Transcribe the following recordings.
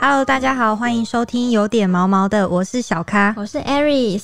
Hello，大家好，欢迎收听有点毛毛的，我是小咖。我是 Aries，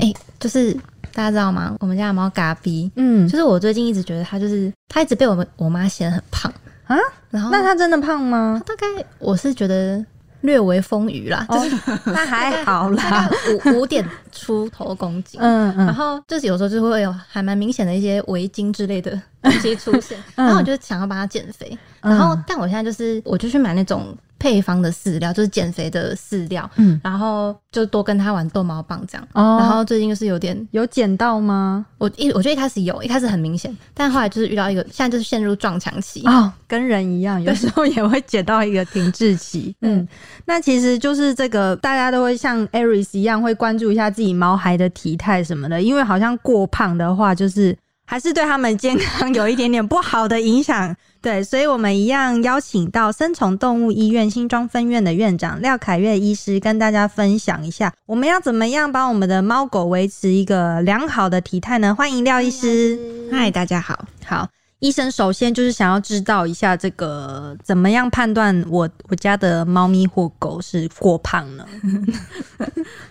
哎、就是大家知道吗？我们家的猫嘎比，嗯就是我最近一直觉得它就是它一直被我们我妈嫌很胖啊，然后那他真的胖 它吗？大概我是觉得略微丰腴啦，就是是 那哦还好大啦。概五 五点出头公斤。嗯然嗯，后就是有时候就会有还蛮明显的一些围巾之类的东西出现，嗯然后我就想要帮它减肥，嗯然后但我现在就是我就去买那种配方的饲料，就是减肥的饲料，嗯然后就多跟它玩逗猫棒这样，哦，然后最近就是有点有捡到吗？我一我觉得一开始有，一开始很明显，但后来就是遇到一个，现在就是陷入撞墙期。哦，跟人一样，有时候也会捡到一个停滞期。 嗯，那其实就是这个，大家都会像 Aries 一样，会关注一下自己毛孩的体态什么的，因为好像过胖的话，就是还是对他们健康有一点点不好的影 响。对，所以我们一样邀请到生宠动物医院新庄分院的院长廖凯月医师，跟大家分享一下，我们要怎么样帮我们的猫狗维持一个良好的体态呢？欢迎廖医师。嗨，大家好，好，医生首先就是想要知道一下这个怎么样判断我我家的猫咪或狗是过胖呢？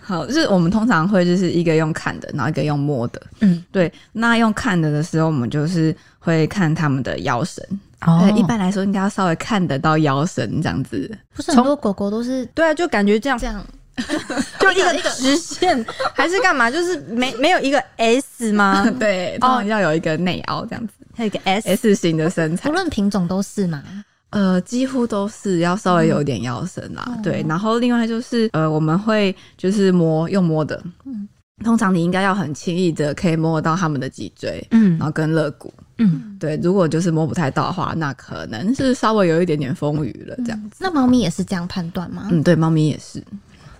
好，就是我们通常会就是一个用看的，然后一个用摸的。嗯，对。那用看的的时候，我们就是会看他们的腰身。哦对，一般来说应该要稍微看得到腰身这样子。不是很多狗狗都是对啊，就感觉这样这样，就一一个个直线还是干嘛？就是没没有一个 S 吗？哎对，哦哦，要有一个内凹这样子 还有一个 S， ，S 型的身材不。论品种都是嘛。呃，几乎都是要稍微有一点腰身啦，对。然后另外就是呃，我们会就是摸用摸的，通常你应该要很轻易的可以摸得到他们的脊椎，嗯然后跟肋骨，嗯，对。如果就是摸不太到的话，那可能是稍微有一点点丰腴了这样。那猫咪也是这样判断吗？嗯，对，猫咪也是。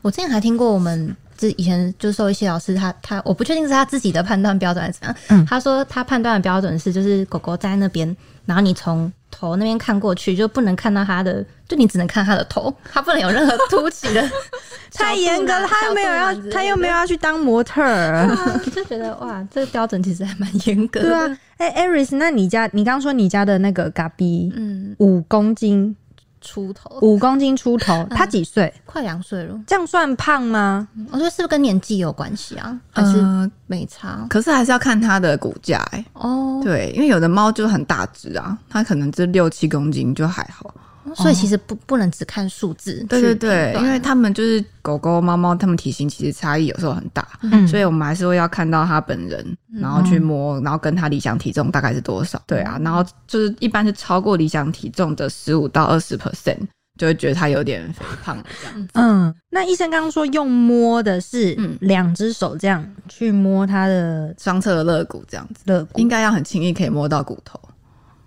我之前还听过我们。这以前就兽医系老师他，他我不确定是他自己的判断标准还是怎样。嗯他说他判断的标准是，就是狗狗在那边，然后你从头那边看过去，就不能看到它的，就你只能看它的头，它不能有任何凸起的 小肚腩。太严格了，他又没有小肚腩之要，类他又的没有要去当模特儿。就觉得哇，这个标准其实还蛮严格的。啊对啊，哎、艾 a r i s 那你家，你刚说你家的那个嘎比嗯，五公斤，出头五公斤出头，他几岁？快两岁了，这样算胖吗？我觉得是不是跟年纪有关系啊？还是呃没差？可是还是要看它的骨架、欸，哦，对，因为有的猫就很大只啊，它可能就六七公斤就还好。所以其实不不能只看数字，对对对，因为它们就是狗狗、猫猫，它们体型其实差异有时候很大，嗯所以我们还是会要看到它本人，然后去摸，然后跟它理想体重大概是多少。嗯对啊，然后就是一般是超过理想体重的十五到二十 percent，就会觉得它有点肥胖了这样。嗯，那医生刚刚说用摸的是嗯两只手这样去摸它的双侧的肋骨这样子，肋骨应，该要很轻易可以摸到骨头。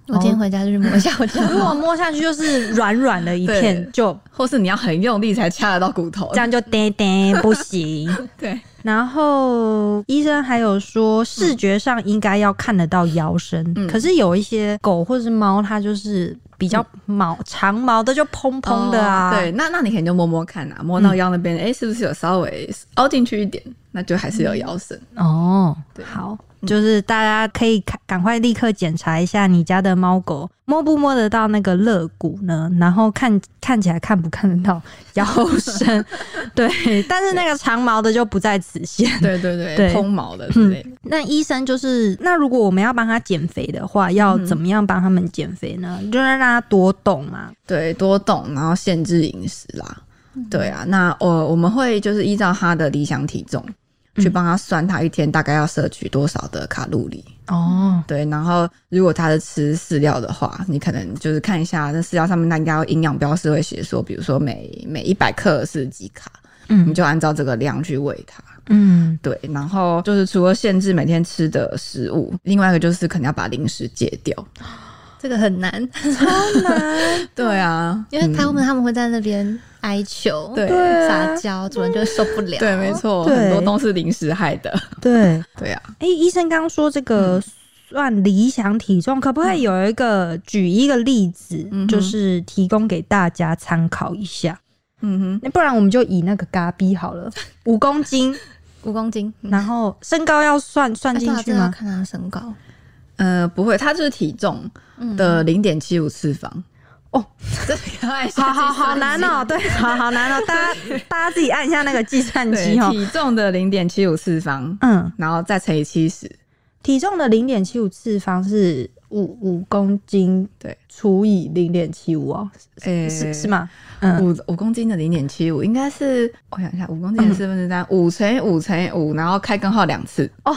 我今天回家就去摸一下我家。 如果摸下去就是软软的一片，对就或是你要很用力才掐得到骨头，这样 就呆呆不行。 对，然后医生还有说，视觉上应该要看得到腰身，嗯可是有一些狗或是猫，它就是比较毛、长毛的就蓬蓬的啊，哦对，，那那你可能就摸摸看啊，摸到腰那边，哎、是不是有稍微凹进去一点？那就还是有腰身。哦，对好，就是大家可以看赶快立刻检查一下你家的猫狗摸不摸得到那个肋骨呢？然后看看起来看不看得到腰身？ 对，但是那个长毛的就不在此限。对对对，对蓬毛的之类的。 那医生就是，嗯那如果我们要帮它减肥的话，要怎么样帮它们减肥呢？就是让它多动嘛。对，多动，然后限制饮食啦。对啊，那我我们会就是依照他的理想体重去帮他算他一天大概要摄取多少的卡路里。哦，对，然后如果他是吃饲料的话，你可能就是看一下那饲料上面，那应该营养标示会写说，比如说每每一百克是几卡，你嗯就按照这个量去喂它。嗯对，然后就是除了限制每天吃的食物，另外一个就是可能要把零食戒掉。 这个很 难，对啊，因为他们他们会在那边哀求、对对啊撒娇，主人就会受不了。对，没错，对很多都是零食害的。对。对啊，哎、医生刚刚说这个算理想体重，可不可以有一个、举一个例子，嗯哼就是提供给大家参考一下？嗯那不然我们就以那个嘎逼好了， 五公斤，五公斤，然后身高要算算哎进对啊去这要吗？看它的身高。哼，呃，不会，它就是体重的零点七五次方。嗯哦，这个按下好好好计算难机哦，对，好好难哦，大家 大家自己按一下那个计算机对，哦。体重的零点七五次方，嗯，然后再乘以七十，体重的零点七五次方是五五公斤，对，除以零点七五哦，诶是是？吗？嗯，五五公斤的零点七五应该是，我想一下，五公嗯斤的四分之三，五乘以五乘以五，然后开根号两次，哦。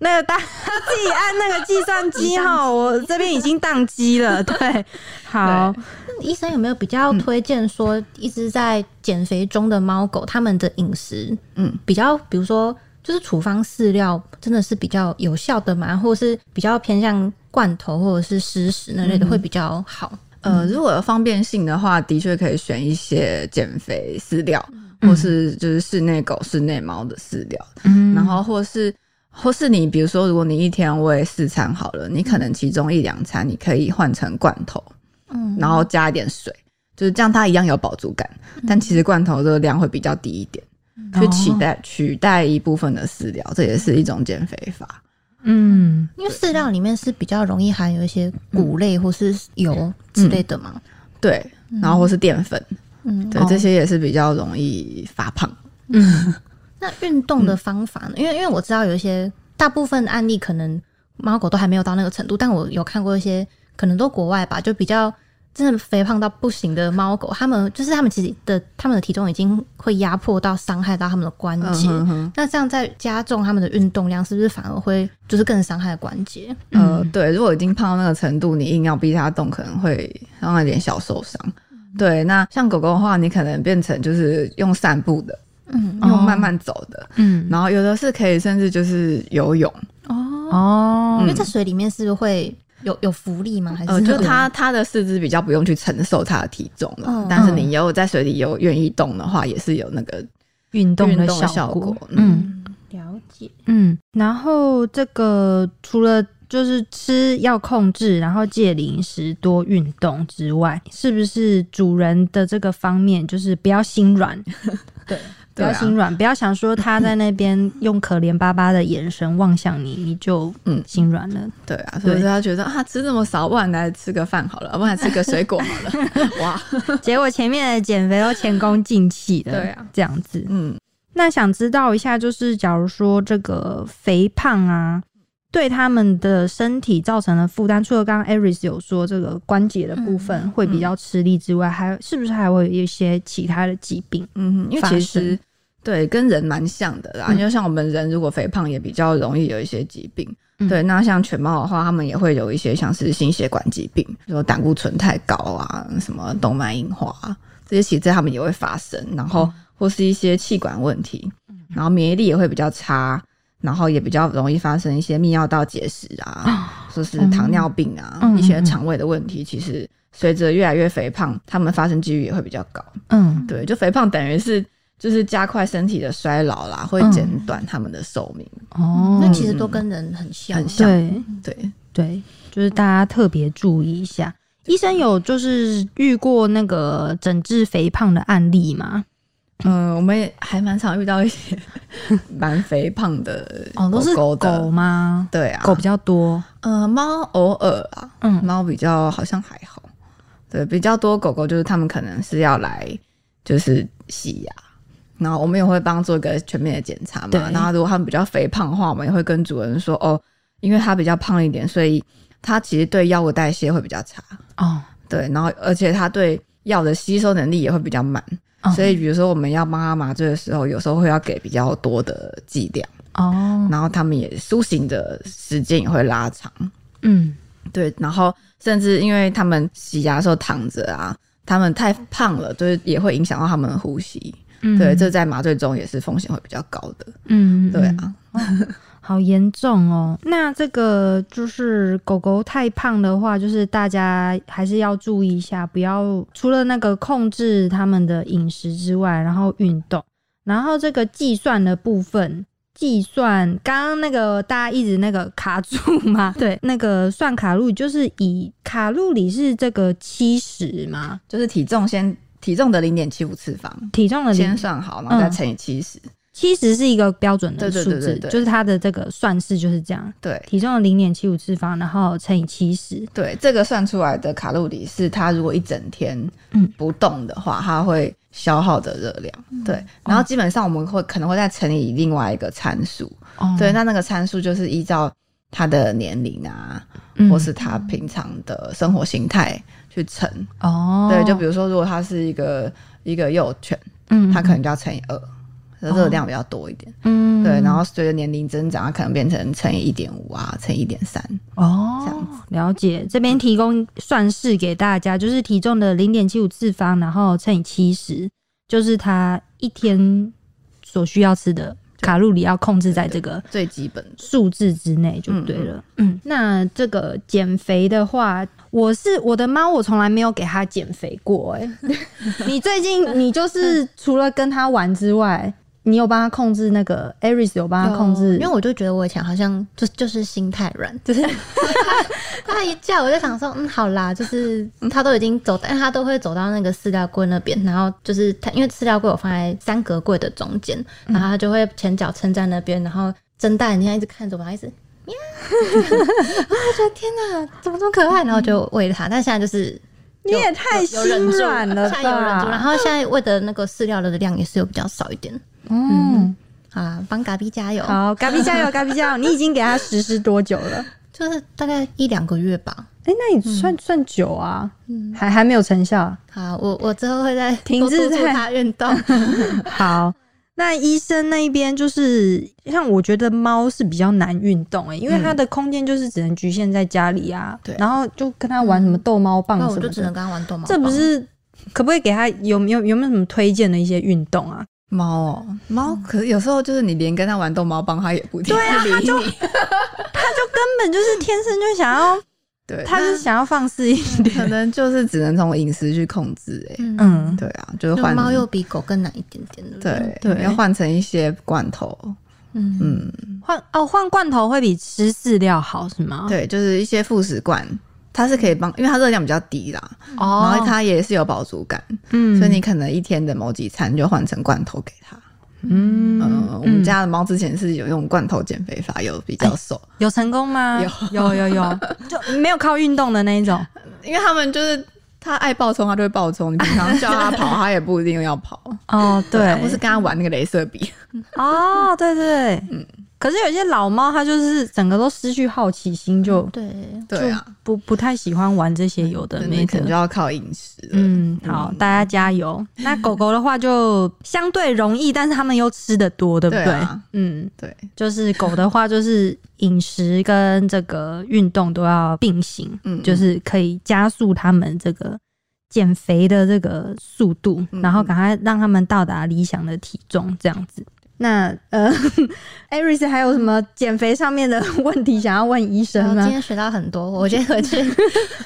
那个大自己按那个计算机哈，我这边已经宕机了。对，好，那医生有没有比较推荐说，一直在减肥中的猫狗，它们的饮食，嗯嗯，比较，比如说，就是处方饲料真的是比较有效的吗？或是比较偏向罐头或者是湿食那嗯类的会比较好？呃，如果有方便性的话，的确可以选一些减肥饲料，或是就是室内狗、室内猫的饲料，嗯然后或是或是你比如说，如果你一天喂四餐好了，你可能其中一两餐你可以换成罐头，嗯，然后加一点水，就是这样它一样有饱足感，但其实罐头的量会比较低一点，去取代取代一部分的饲料，这也是一种减肥法。嗯，因为饲料里面是比较容易含有一些谷类或是油之类的嘛。对，然后或是淀粉，嗯，对，这些也是比较容易发胖。那运动的方法呢？因为因为我知道有一些大部分案例可能猫狗都还没有到那个程度，但我有看过一些可能都国外吧，就比较真的肥胖到不行的猫狗，他们就是他们其实的他们的体重已经会压迫到伤害到他们的关嗯节。哼哼那这样再加重他们的运动量，是不是反而会就是更伤害关节？呃，对，如果已经胖到那个程度，你硬要逼它动，可能会让它有点小受伤。嗯对，那像狗狗的话，你可能变成就是用散步的，嗯，用慢慢走的，嗯，然后有的是可以甚至就是游泳，哦，哦因为在水里面是不是会有有浮力吗？还是嗯呃，就会是它它的四肢比较不用去承受它的体重了，嗯但是你有在水里游愿意动的话，也是有那个运动运的动的效果果，嗯了解？嗯，然后这个除了就是吃要控制，然后戒零食、多运动之外，是不是主人的这个方面就是不要心软？对， 不要对啊心软，不要想说他在那边用可怜巴巴的眼神望向你，你就嗯心软了。对啊，所以他觉得啊，吃这么少，不然来吃个饭好了，不然吃个水 果好了，哇，结果前面的减肥都前功尽弃的，对啊，这样子。嗯，那想知道一下，就是假如说这个肥胖啊，对他们的身体造成了负担，除了刚刚 Aris 有说这个关节的部嗯分会比较吃力之外，还是不是还会有一些其他的疾病？嗯，因为发其生实对跟人蛮像的啦，嗯因为像我们人如果肥胖也比较容易有一些疾病。嗯对，那像犬猫的话，它们也会有一些像是心血管疾病，比如说胆固醇太高啊，什么动脉硬化、啊、这些，其实它们也会发生。然后嗯或是一些气管问题，然后免疫力也会比较差，然后也比较容易发生一些泌尿道结石啊，或是糖尿病啊，哦嗯嗯一些肠胃的问题。其实随着越来越肥胖，它们发生几率也会比较高。嗯对，就肥胖等于是就是加快身体的衰老啦，嗯会减短他们的寿命。哦那其实都跟人很像，啊嗯很像对对，对，就是大家特别注意一下。医生有就是遇过那个整治肥胖的案例吗？嗯、我们也还蛮常遇到一些 蛮肥胖的哦，都是狗的，狗吗？对啊，狗比较多，呃猫偶尔啊，嗯猫比较好像还好，对，比较多狗狗就是他们可能是要来就是洗牙。然后我们也会帮做一个全面的检查对嘛。然后如果它们比较肥胖的话，我们也会跟主人说哦，因为它比较胖一点，所以它其实对药物代谢会比较差。哦，对，然后而且它对药的吸收能力也会比较慢，哦所以比如说我们要帮它麻醉的时候，有时候会要给比较多的剂量，哦，然后它们也苏醒的时间也会拉长。嗯，对，然后甚至因为它们洗牙的时候躺着啊，它们太胖了，就是也会影响到它们的呼吸。嗯对，这在麻醉中也是风险会比较高的。嗯，嗯对嗯啊，好严重哦！那这个就是狗狗太胖的话，就是大家还是要注意一下，不要除了那个控制它们的饮食之外，然后运动，然后这个计算的部分，计算刚刚那个大家一直那个卡住 嘛，对，那个算卡路里就是以卡路里是这个七十嘛，就是体重先体重的零点七五次方体重的零嗯先算好，然后再乘以七十、七十是一个标准的对对数对对字，对就是它的这个算式就是这样，对体重的零点七五次方，然后乘以七十，对，这个算出来的卡路里是它如果一整天嗯不动的话，它会消耗的热量。对，然后基本上我们会可能会再乘以另外一个参数。哦对，那那个参数就是依照他的年龄啊，嗯或是他平常的生活形态去乘。哦，对，就比如说，如果他是一个一个幼犬，嗯他可能就要乘以二。热量比较多一点，嗯对，然后随着年龄增长，它可能变成乘以一点五啊，乘以一点三，哦，这样子了解，这边提供算式给大家，就是体重的零点七五次方，然后乘以七十，就是他一天所需要吃的卡路里要控制在这个最基本的。数字之内就对了。嗯那这个减肥的话，我是我的猫，我从来没有给它减肥过、欸。 你最近你就是除了跟它玩之外，你有帮它控制那个 Aris 有帮它控制，哦因为我就觉得我以前好像就就是心太软， 就是他一叫我就想说，嗯，好啦，就是他都已经走，但他都会走到那个饲料柜那边，然后就是他因为饲料柜我放在三格柜的中间，然后他就会前脚撑在那边，然后睁大眼睛一直看着我，然后一直。 喵！我就觉得天哪，怎么这么可爱？然后就喂它，但现在就是你也太有忍心住，软了现在有忍住，然吧？后现在喂的那个饲料的量也是有比较少一点。嗯，好啦，帮嘎比加油！好，嘎比加油，嘎比加油！你已经给它实施多久了？就是大概一两个月吧。 哎、嗯那你算、算久啊，还还没有成效。啊好，我我之后会再停多滞督促在他 运动。好，那医生那一边就是，像我觉得猫是比较难运动欸诶、因为它的空间就是只能局限在家里啊，对然后就跟它玩什么逗猫棒嗯那什我么就只能的，跟他玩逗猫棒。这不是。可不可以给它有没有有没有什么推荐的一些运动啊？猫哦，猫，可是有时候就是你连跟它玩逗猫棒，它也不对啊，它就根本就是天生就想要，对， 它是想要放肆一点。可能就是只能从饮食去控制、欸，嗯，嗯，对啊，就是就换猫又比狗更难一点点，对不对？对对要换成一些罐头，嗯嗯，换哦换罐头会比吃饲料好是吗？对，就是一些副食罐，它是可以帮，因为它热量比较低啦，哦，然后它也是有饱足感，嗯所以你可能一天的某几餐就换成罐头给它。嗯嗯，哎我们家的猫之前是有用罐头减肥法，有比较瘦，有成功吗？有有有有， 就没有靠运动的那一种。因为他们就是它爱暴冲，它就会暴冲，你平常叫它 跑，它也不一定要跑。哦，对对，，啊或是跟它玩那个镭射笔，哦，对对对，嗯可是有些老猫，它就是整个都失去好奇心，就对， 对啊就，不不太喜欢玩这些有的那没你可能就的。要呃靠饮食了。嗯，好，大家加 油。那狗狗的话就相对容易，但是它们又吃的多，对不对对啊？嗯，对，就是狗的话，就是饮食跟这个运动都要并行，嗯就是可以加速它们这个减肥的这个速度，嗯然后赶快让他们到达理想的体重，这样子。那呃，艾瑞斯还有什么减肥上面的问题想要问医然生后今吗？天学到很多，我先 回去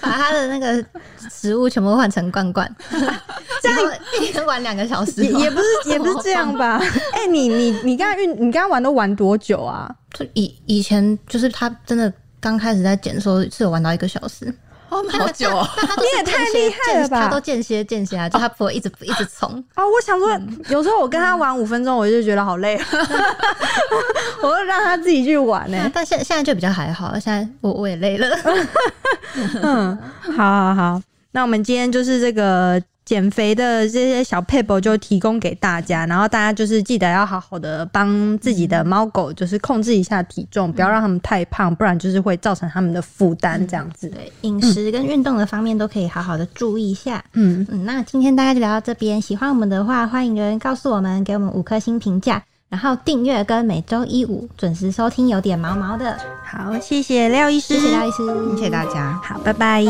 把他的那个食物全部换成 罐罐，这样 一天玩两个小时也哦，也不是也不是这样吧？ 哎、你你你刚刚运你刚刚玩都玩多久啊？就以以前就是他真的刚开始在剪的时候是有玩到一个小时，哦，好久、 哦。但他都是你也太间歇厉害了吧间他都间歇间歇啊，就他不会一直一直冲。啊、我想说，有时候我跟他玩五分钟，我就觉得好累了，我就让他自己去玩呢、欸那但现现在就比较还好，现在我我也累了。 嗯，好好好，那我们今天就是这个减肥的这些小 p a p e 就提供给大家，然后大家就是记得要好好的帮自己的猫狗就是控制一下体重，不要让它们太胖，不然就是会造成它们的负担这样子。对，饮食跟运动的方面都可以好好的注意一下。嗯，嗯，那今天大概就聊到这边。喜欢我们的话，欢迎留言告诉我们，给我们五颗星评价，然后订阅跟每周一五准时收听。有点毛毛的，好，谢谢廖医师，嗯谢谢廖医师，谢谢大家。好，拜拜。